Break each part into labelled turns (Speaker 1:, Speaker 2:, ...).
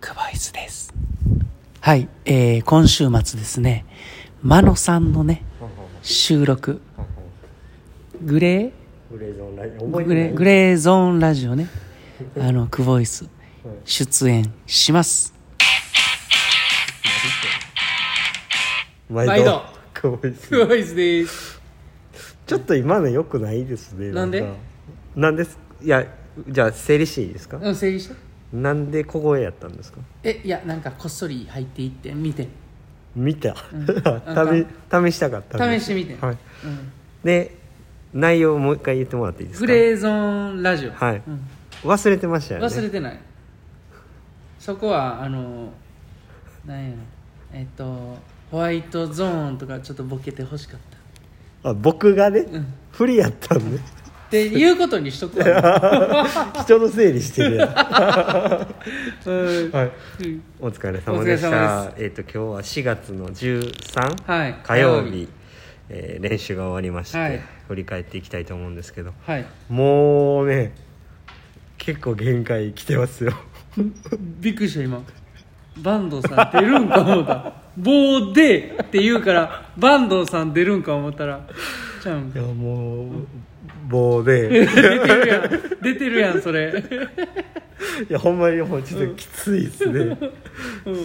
Speaker 1: クボイスです
Speaker 2: はい、えー今週末ですね、真野さんのね、収録、グレ
Speaker 1: グレーゾーンライン
Speaker 2: ー
Speaker 1: 覚え
Speaker 2: グ
Speaker 1: てな
Speaker 2: レ
Speaker 1: い
Speaker 2: ーグレーゾーンラジオね、あの、クボイス、出演します。
Speaker 1: 毎度
Speaker 3: 毎
Speaker 1: クボイス
Speaker 3: クボイスです。
Speaker 1: ちょっと今の良くないですね
Speaker 3: なんで
Speaker 1: かなんですいやじゃあ整理していいですか
Speaker 3: うん、整理して。
Speaker 1: なんで小声やったんですか
Speaker 3: え、いや、なんかこっそり入っていって、見て。
Speaker 1: 見た、 試試したかったんで
Speaker 3: 試してみて。
Speaker 1: はい、
Speaker 3: うん、
Speaker 1: で内容をもう一回言ってもらっていいですか
Speaker 3: グレーゾーンラジオ。
Speaker 1: はい
Speaker 3: うん
Speaker 1: 忘れてましたよね
Speaker 3: 忘れてない。そこは、あの、なんやろ。えっと、ホワイトゾーンとかちょっとボケてほしかった。
Speaker 1: あ僕がね、不利やったん で
Speaker 3: っていうことにしとく わ、
Speaker 1: 人の整理してる、は
Speaker 3: うん
Speaker 1: い、
Speaker 3: うん
Speaker 1: お疲れ様でし
Speaker 3: お疲れ
Speaker 1: たえっ、と今日は4月の13、
Speaker 3: はい
Speaker 1: 火
Speaker 3: 火
Speaker 1: 曜
Speaker 3: 曜
Speaker 1: 日
Speaker 3: 日、
Speaker 1: えー練習が終わりまして、
Speaker 3: はい
Speaker 1: 振り返っていきたいと思うんですけど
Speaker 3: はい。
Speaker 1: もうね結構限界来て ますよ
Speaker 3: びっくりした、今。坂東さん出るんか思った。棒でって言うから、坂東さん出るんか思ったら、ちゃうん
Speaker 1: いやもう 棒で
Speaker 3: 出てるやん出てるやんそれ
Speaker 1: いやほんまにもうちょっときついっすね、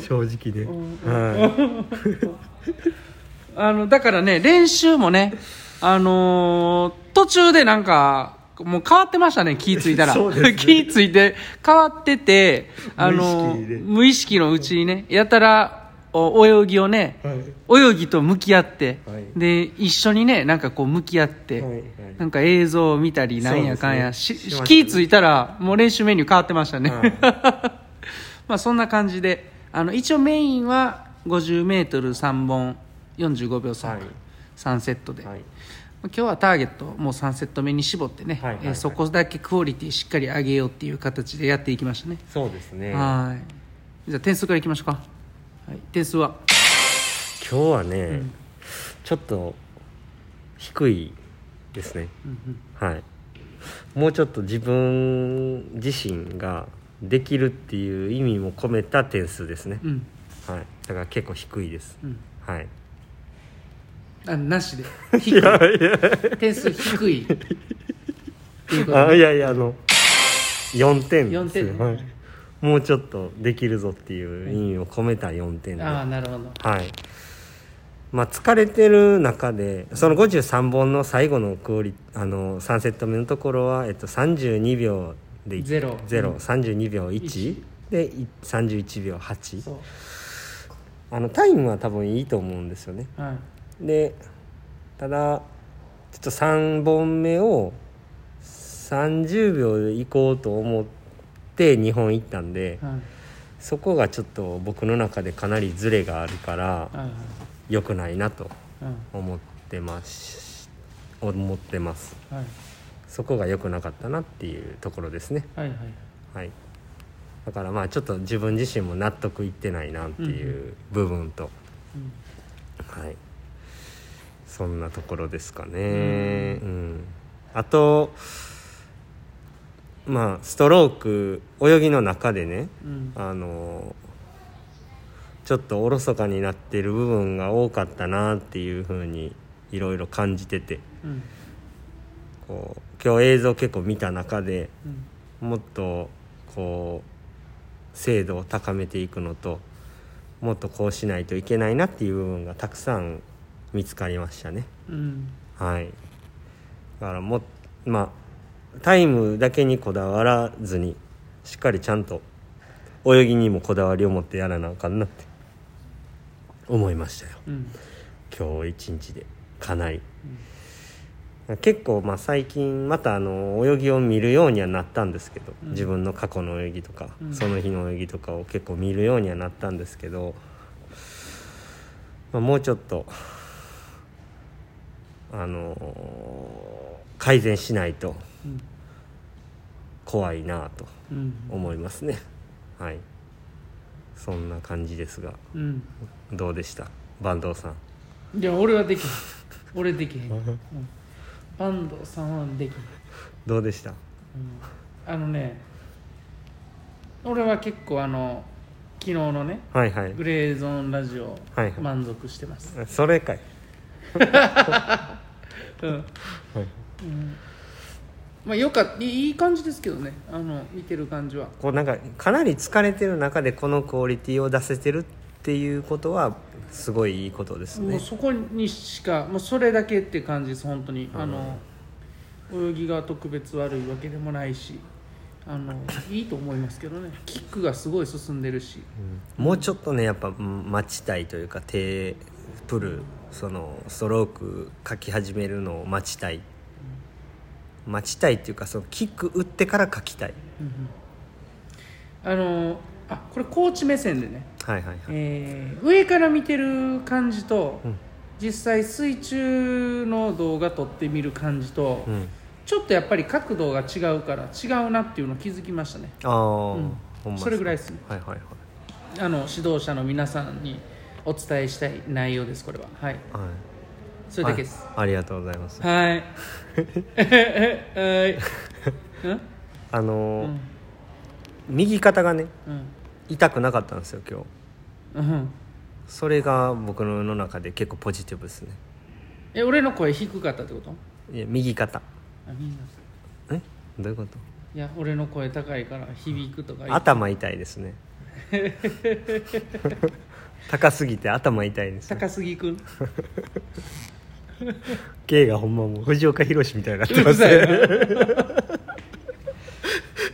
Speaker 1: 正直ね、はい
Speaker 3: あのだからね練習もねあのー途中でなんかもう変わってましたね気ぃついたら、
Speaker 1: そうですね
Speaker 3: 気ぃついて変わっててあのー
Speaker 1: 無意識で
Speaker 3: 無意識のうちにねやたらお泳ぎをね、泳ぎと向き合って、
Speaker 1: はい
Speaker 3: で一緒にねなんかこう向き合って、
Speaker 1: はいはい
Speaker 3: なんか映像を見たりなんやかんや、
Speaker 1: そう
Speaker 3: し
Speaker 1: ですねしましたね
Speaker 3: 気ぃついたらもう練習メニュー変わってましたね、
Speaker 1: はい
Speaker 3: まあそんな感じであの一応メインは 50m3 本45秒3、
Speaker 1: はい
Speaker 3: 3セットで、
Speaker 1: はい
Speaker 3: 今日はターゲットをもう3セット目に絞ってね、
Speaker 1: はいはいはい
Speaker 3: えーそこだけクオリティしっかり上げようっていう形でやっていきましたね、
Speaker 1: そうですね今
Speaker 3: はいじゃあ点数からいきましょうか、はい、点数は
Speaker 1: 日はね、ちょっと低いですね、はいもうちょっと自分自身ができるっていう意味も込めた点数ですね、
Speaker 3: うん
Speaker 1: はいだから結構低いです、
Speaker 3: うん
Speaker 1: はい
Speaker 3: あなしで
Speaker 1: いやいや
Speaker 3: 点数低 いっていうこと
Speaker 1: あいやいやあの4点
Speaker 3: 四
Speaker 1: です
Speaker 3: 点ね
Speaker 1: はい、もうちょっとできるぞっていう意味を込めた4点で、
Speaker 3: ああなるほど
Speaker 1: はいまあ、疲れてる中でその53本の最後のクオリあの3セット目のところは、えっと、32秒で
Speaker 3: ゼロ
Speaker 1: 0 32秒1でい31秒8
Speaker 3: そ
Speaker 1: あのタイムは多分いいと思うんですよね
Speaker 3: う、はい、
Speaker 1: でただちょっと3本目を30秒で行こうと思って2本行ったんで
Speaker 3: はい
Speaker 1: そこがちょっと僕の中でかなりズレがあるから
Speaker 3: はいはい
Speaker 1: 良くないなと
Speaker 3: うん
Speaker 1: 思ってます思ってます
Speaker 3: はい
Speaker 1: そこが良くなかったなっていうところですね
Speaker 3: はいはい
Speaker 1: はいだからまあちょっと自分自身も納得いってないなっていう部分と、
Speaker 3: うん
Speaker 1: はいそんなところですかねうん、あとまあストローク泳ぎの中でね
Speaker 3: うん
Speaker 1: あのちょっとおろそかになってる部分が多かったなっていうふうにいろいろ感じてて
Speaker 3: うん
Speaker 1: こう今日映像結構見た中で
Speaker 3: うん
Speaker 1: もっとこう精度を高めていくのともっとこうしないといけないなっていう部分がたくさん見つかりましたね。
Speaker 3: うん
Speaker 1: はい、だからもまあタイムだけにこだわらずにしっかりちゃんと泳ぎにもこだわりを持ってやらなあかんなって思いましたよ
Speaker 3: うん
Speaker 1: 今日一日でかなり、結構まあ最近またあの泳ぎを見るようにはなったんですけど、自分の過去の泳ぎとか、
Speaker 3: うん
Speaker 1: その日の泳ぎとかを結構見るようにはなったんですけど、まあ、もうちょっとあの改善しないと
Speaker 3: うん
Speaker 1: 怖いなと
Speaker 3: うん
Speaker 1: 思いますね、はいそんな感じですが
Speaker 3: うん
Speaker 1: どうでした坂東さん
Speaker 3: いや俺はできへん俺できへん、うん、安藤さんはできへん
Speaker 1: どうでした
Speaker 3: あのね俺は結構あの昨日のね
Speaker 1: はいはい
Speaker 3: グレーゾーンラジオ、
Speaker 1: はいはい
Speaker 3: 満足してます、
Speaker 1: それかい
Speaker 3: うん
Speaker 1: はい
Speaker 3: まあよかったいい感じですけどねあの見てる感じは
Speaker 1: こうなんかかなり疲れてる中でこのクオリティを出せてるっていうことはすごいいいことです
Speaker 3: もう
Speaker 1: ね
Speaker 3: そこにしかもうそれだけって感じです本当にあの泳ぎが特別悪いわけでもないしあのいいと思いますけどねキックがすごい進んでるし
Speaker 1: もうちょっとねやっぱうん待ちたいというか手プルそのストローク書き始めるのを待ちたい待ちたいっていうかそのキック打ってから書きたい
Speaker 3: あのあこれコーチ目線でね、
Speaker 1: はいはいはい
Speaker 3: えー上から見てる感じと、
Speaker 1: うん
Speaker 3: 実際水中の動画撮ってみる感じと、
Speaker 1: うん
Speaker 3: ちょっとやっぱり角度が違うから違うなっていうの気づきましたね
Speaker 1: ああ、
Speaker 3: うん
Speaker 1: ほんま
Speaker 3: それぐらいですね
Speaker 1: はいはいはい
Speaker 3: あの指導者の皆さんにお伝えしたい内容ですこれははい
Speaker 1: はい
Speaker 3: それだけです
Speaker 1: はいありがとうございます
Speaker 3: はい はいうん
Speaker 1: あのー
Speaker 3: うん
Speaker 1: 右肩がね
Speaker 3: うん
Speaker 1: 痛くなかったんですよ今日
Speaker 3: うん
Speaker 1: それが僕の世の中で結構ポジティブですね
Speaker 3: え俺の声低かったってこと
Speaker 1: いや右肩
Speaker 3: あみんな
Speaker 1: えどういうこと
Speaker 3: いや俺の声高いから響くとか言う
Speaker 1: 頭痛いですね 高すぎて頭痛いです、ね、
Speaker 3: 高杉君
Speaker 1: K がほんまもう藤岡弘みたいになっ
Speaker 3: う
Speaker 1: てま
Speaker 3: る
Speaker 1: す
Speaker 3: さ
Speaker 1: ね
Speaker 3: い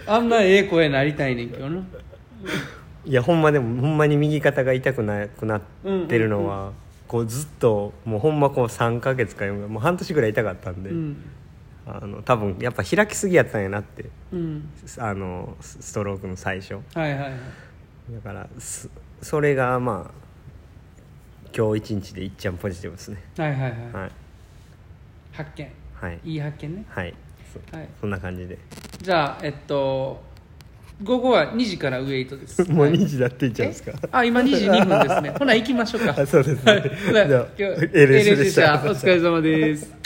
Speaker 3: なあんなええ声なりたいねんけどない
Speaker 1: やほんまでもほんまに右肩が痛くなくなってるのは、こうずっともうほんまこう3ヶ月か4もう半年ぐらい痛かったんで、
Speaker 3: うん
Speaker 1: あの多分やっぱ開きすぎやったんやなって
Speaker 3: うん
Speaker 1: あのスストロークの最初
Speaker 3: はいはいはい
Speaker 1: だからすそれがまあ今日一日でいっちゃんポジティブですね
Speaker 3: はいはいはい
Speaker 1: はい
Speaker 3: 発見
Speaker 1: はい
Speaker 3: いい発見ね
Speaker 1: はいそ
Speaker 3: はい
Speaker 1: そんな感じで
Speaker 3: じゃあえっと午後は2時からウエイトです
Speaker 1: もう
Speaker 3: はい
Speaker 1: 2時だっていっちゃうんですか
Speaker 3: えあ今22分ですねほな行きましょうか
Speaker 1: あそうですね
Speaker 3: ほな
Speaker 1: じゃあ
Speaker 3: 今日
Speaker 1: LSL でした
Speaker 3: LSL お疲れ様です